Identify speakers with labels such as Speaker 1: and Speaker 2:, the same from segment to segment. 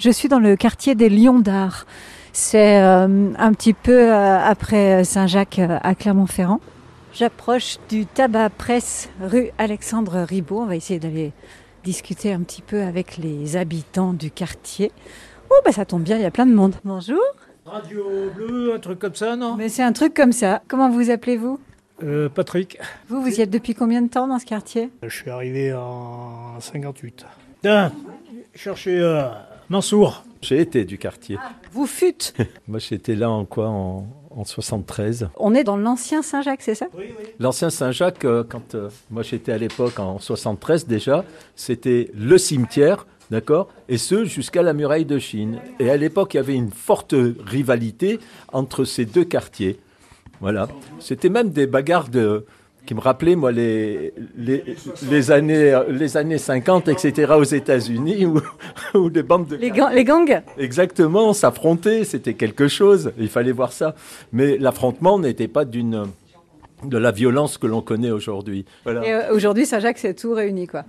Speaker 1: Je suis dans le quartier des Lions d'Art. C'est euh, un petit peu euh, après Saint-Jacques euh, à Clermont-Ferrand. J'approche du tabac presse rue Alexandre Ribaud. On va essayer d'aller discuter un petit peu avec les habitants du quartier. Oh, bah ça tombe bien, il y a plein de monde. Bonjour.
Speaker 2: Radio Bleu, un truc comme ça, non
Speaker 1: Mais c'est un truc comme ça. Comment vous appelez-vous
Speaker 2: Euh, Patrick.
Speaker 1: Vous, vous y êtes depuis combien de temps dans ce quartier
Speaker 3: Je suis arrivé en 58.
Speaker 2: Tiens, cherchez euh, Mansour.
Speaker 4: J'ai été du quartier.
Speaker 1: Vous fûtes.
Speaker 4: Moi, j'étais là en quoi En, en 73.
Speaker 1: On est dans l'ancien Saint-Jacques, c'est ça
Speaker 4: L'ancien Saint-Jacques, euh, quand euh, moi j'étais à l'époque en 73 déjà, c'était le cimetière, d'accord Et ce, jusqu'à la muraille de Chine. Et à l'époque, il y avait une forte rivalité entre ces deux quartiers. Voilà. C'était même des bagarres de qui me rappelaient, moi, les, les, les années, euh, les années 50, etc., aux États-Unis, où, où les bandes de...
Speaker 1: Les, gan- les gangs
Speaker 4: Exactement, s'affronter, c'était quelque chose, il fallait voir ça. Mais l'affrontement n'était pas d'une de la violence que l'on connaît aujourd'hui. Voilà.
Speaker 1: Et euh, aujourd'hui, Saint-Jacques, c'est tout réuni, quoi.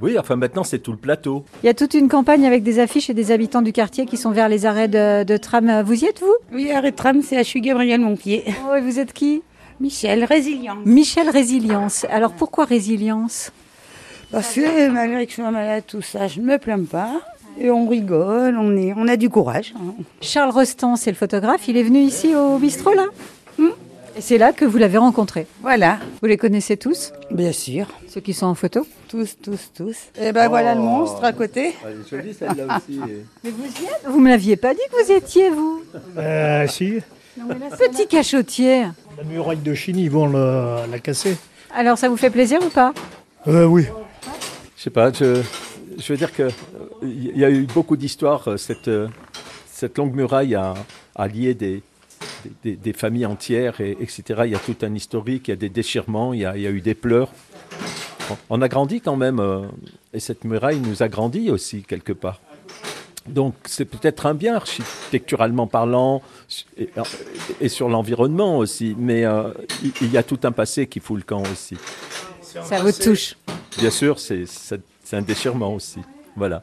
Speaker 4: Oui, enfin maintenant c'est tout le plateau.
Speaker 1: Il y a toute une campagne avec des affiches et des habitants du quartier qui sont vers les arrêts de, de tram. Vous y êtes, vous
Speaker 5: Oui, arrêt de tram, c'est HU Gabriel Montpied.
Speaker 1: Oh, et vous êtes qui
Speaker 5: Michel, résilient.
Speaker 1: Michel Résilience. Alors, pourquoi Résilience
Speaker 5: Parce que euh, malgré que je sois malade, tout ça, je ne me plains pas. Et on rigole, on, est, on a du courage. hein.
Speaker 1: Charles Rostand, c'est le photographe. Il est venu ici au bistrot, là Hmm Et c'est là que vous l'avez rencontré.
Speaker 5: Voilà,
Speaker 1: Vous les connaissez tous,
Speaker 5: bien sûr.
Speaker 1: ceux qui sont en photo
Speaker 5: Tous, tous, tous. Et ben voilà le monstre à côté.
Speaker 4: celle-là aussi.
Speaker 1: Vous me l'aviez pas dit que vous étiez, vous
Speaker 3: Euh, si,
Speaker 1: Petit cachotier.
Speaker 3: la muraille de Chine, ils vont le- la casser.
Speaker 1: Alors, ça vous fait plaisir ou pas
Speaker 3: Euh, oui.
Speaker 4: Je sais pas, je, je veux dire que euh, il y a eu beaucoup d'histoires. euh, Cette, euh, cette longue muraille a, a lié des, des, des- des familles entières, et, etc. Il y a tout un historique, il y a des déchirements, il y a, il y a eu des pleurs. On, on a grandi quand même, euh, et cette muraille nous a grandi aussi quelque part. Donc c'est peut-être un bien architecturalement parlant et, et sur l'environnement aussi, mais euh, il- il y a tout un passé qui fout le camp aussi.
Speaker 1: Ça vous touche.
Speaker 4: Bien sûr, c'est c'est- c'est un déchirement aussi. Voilà.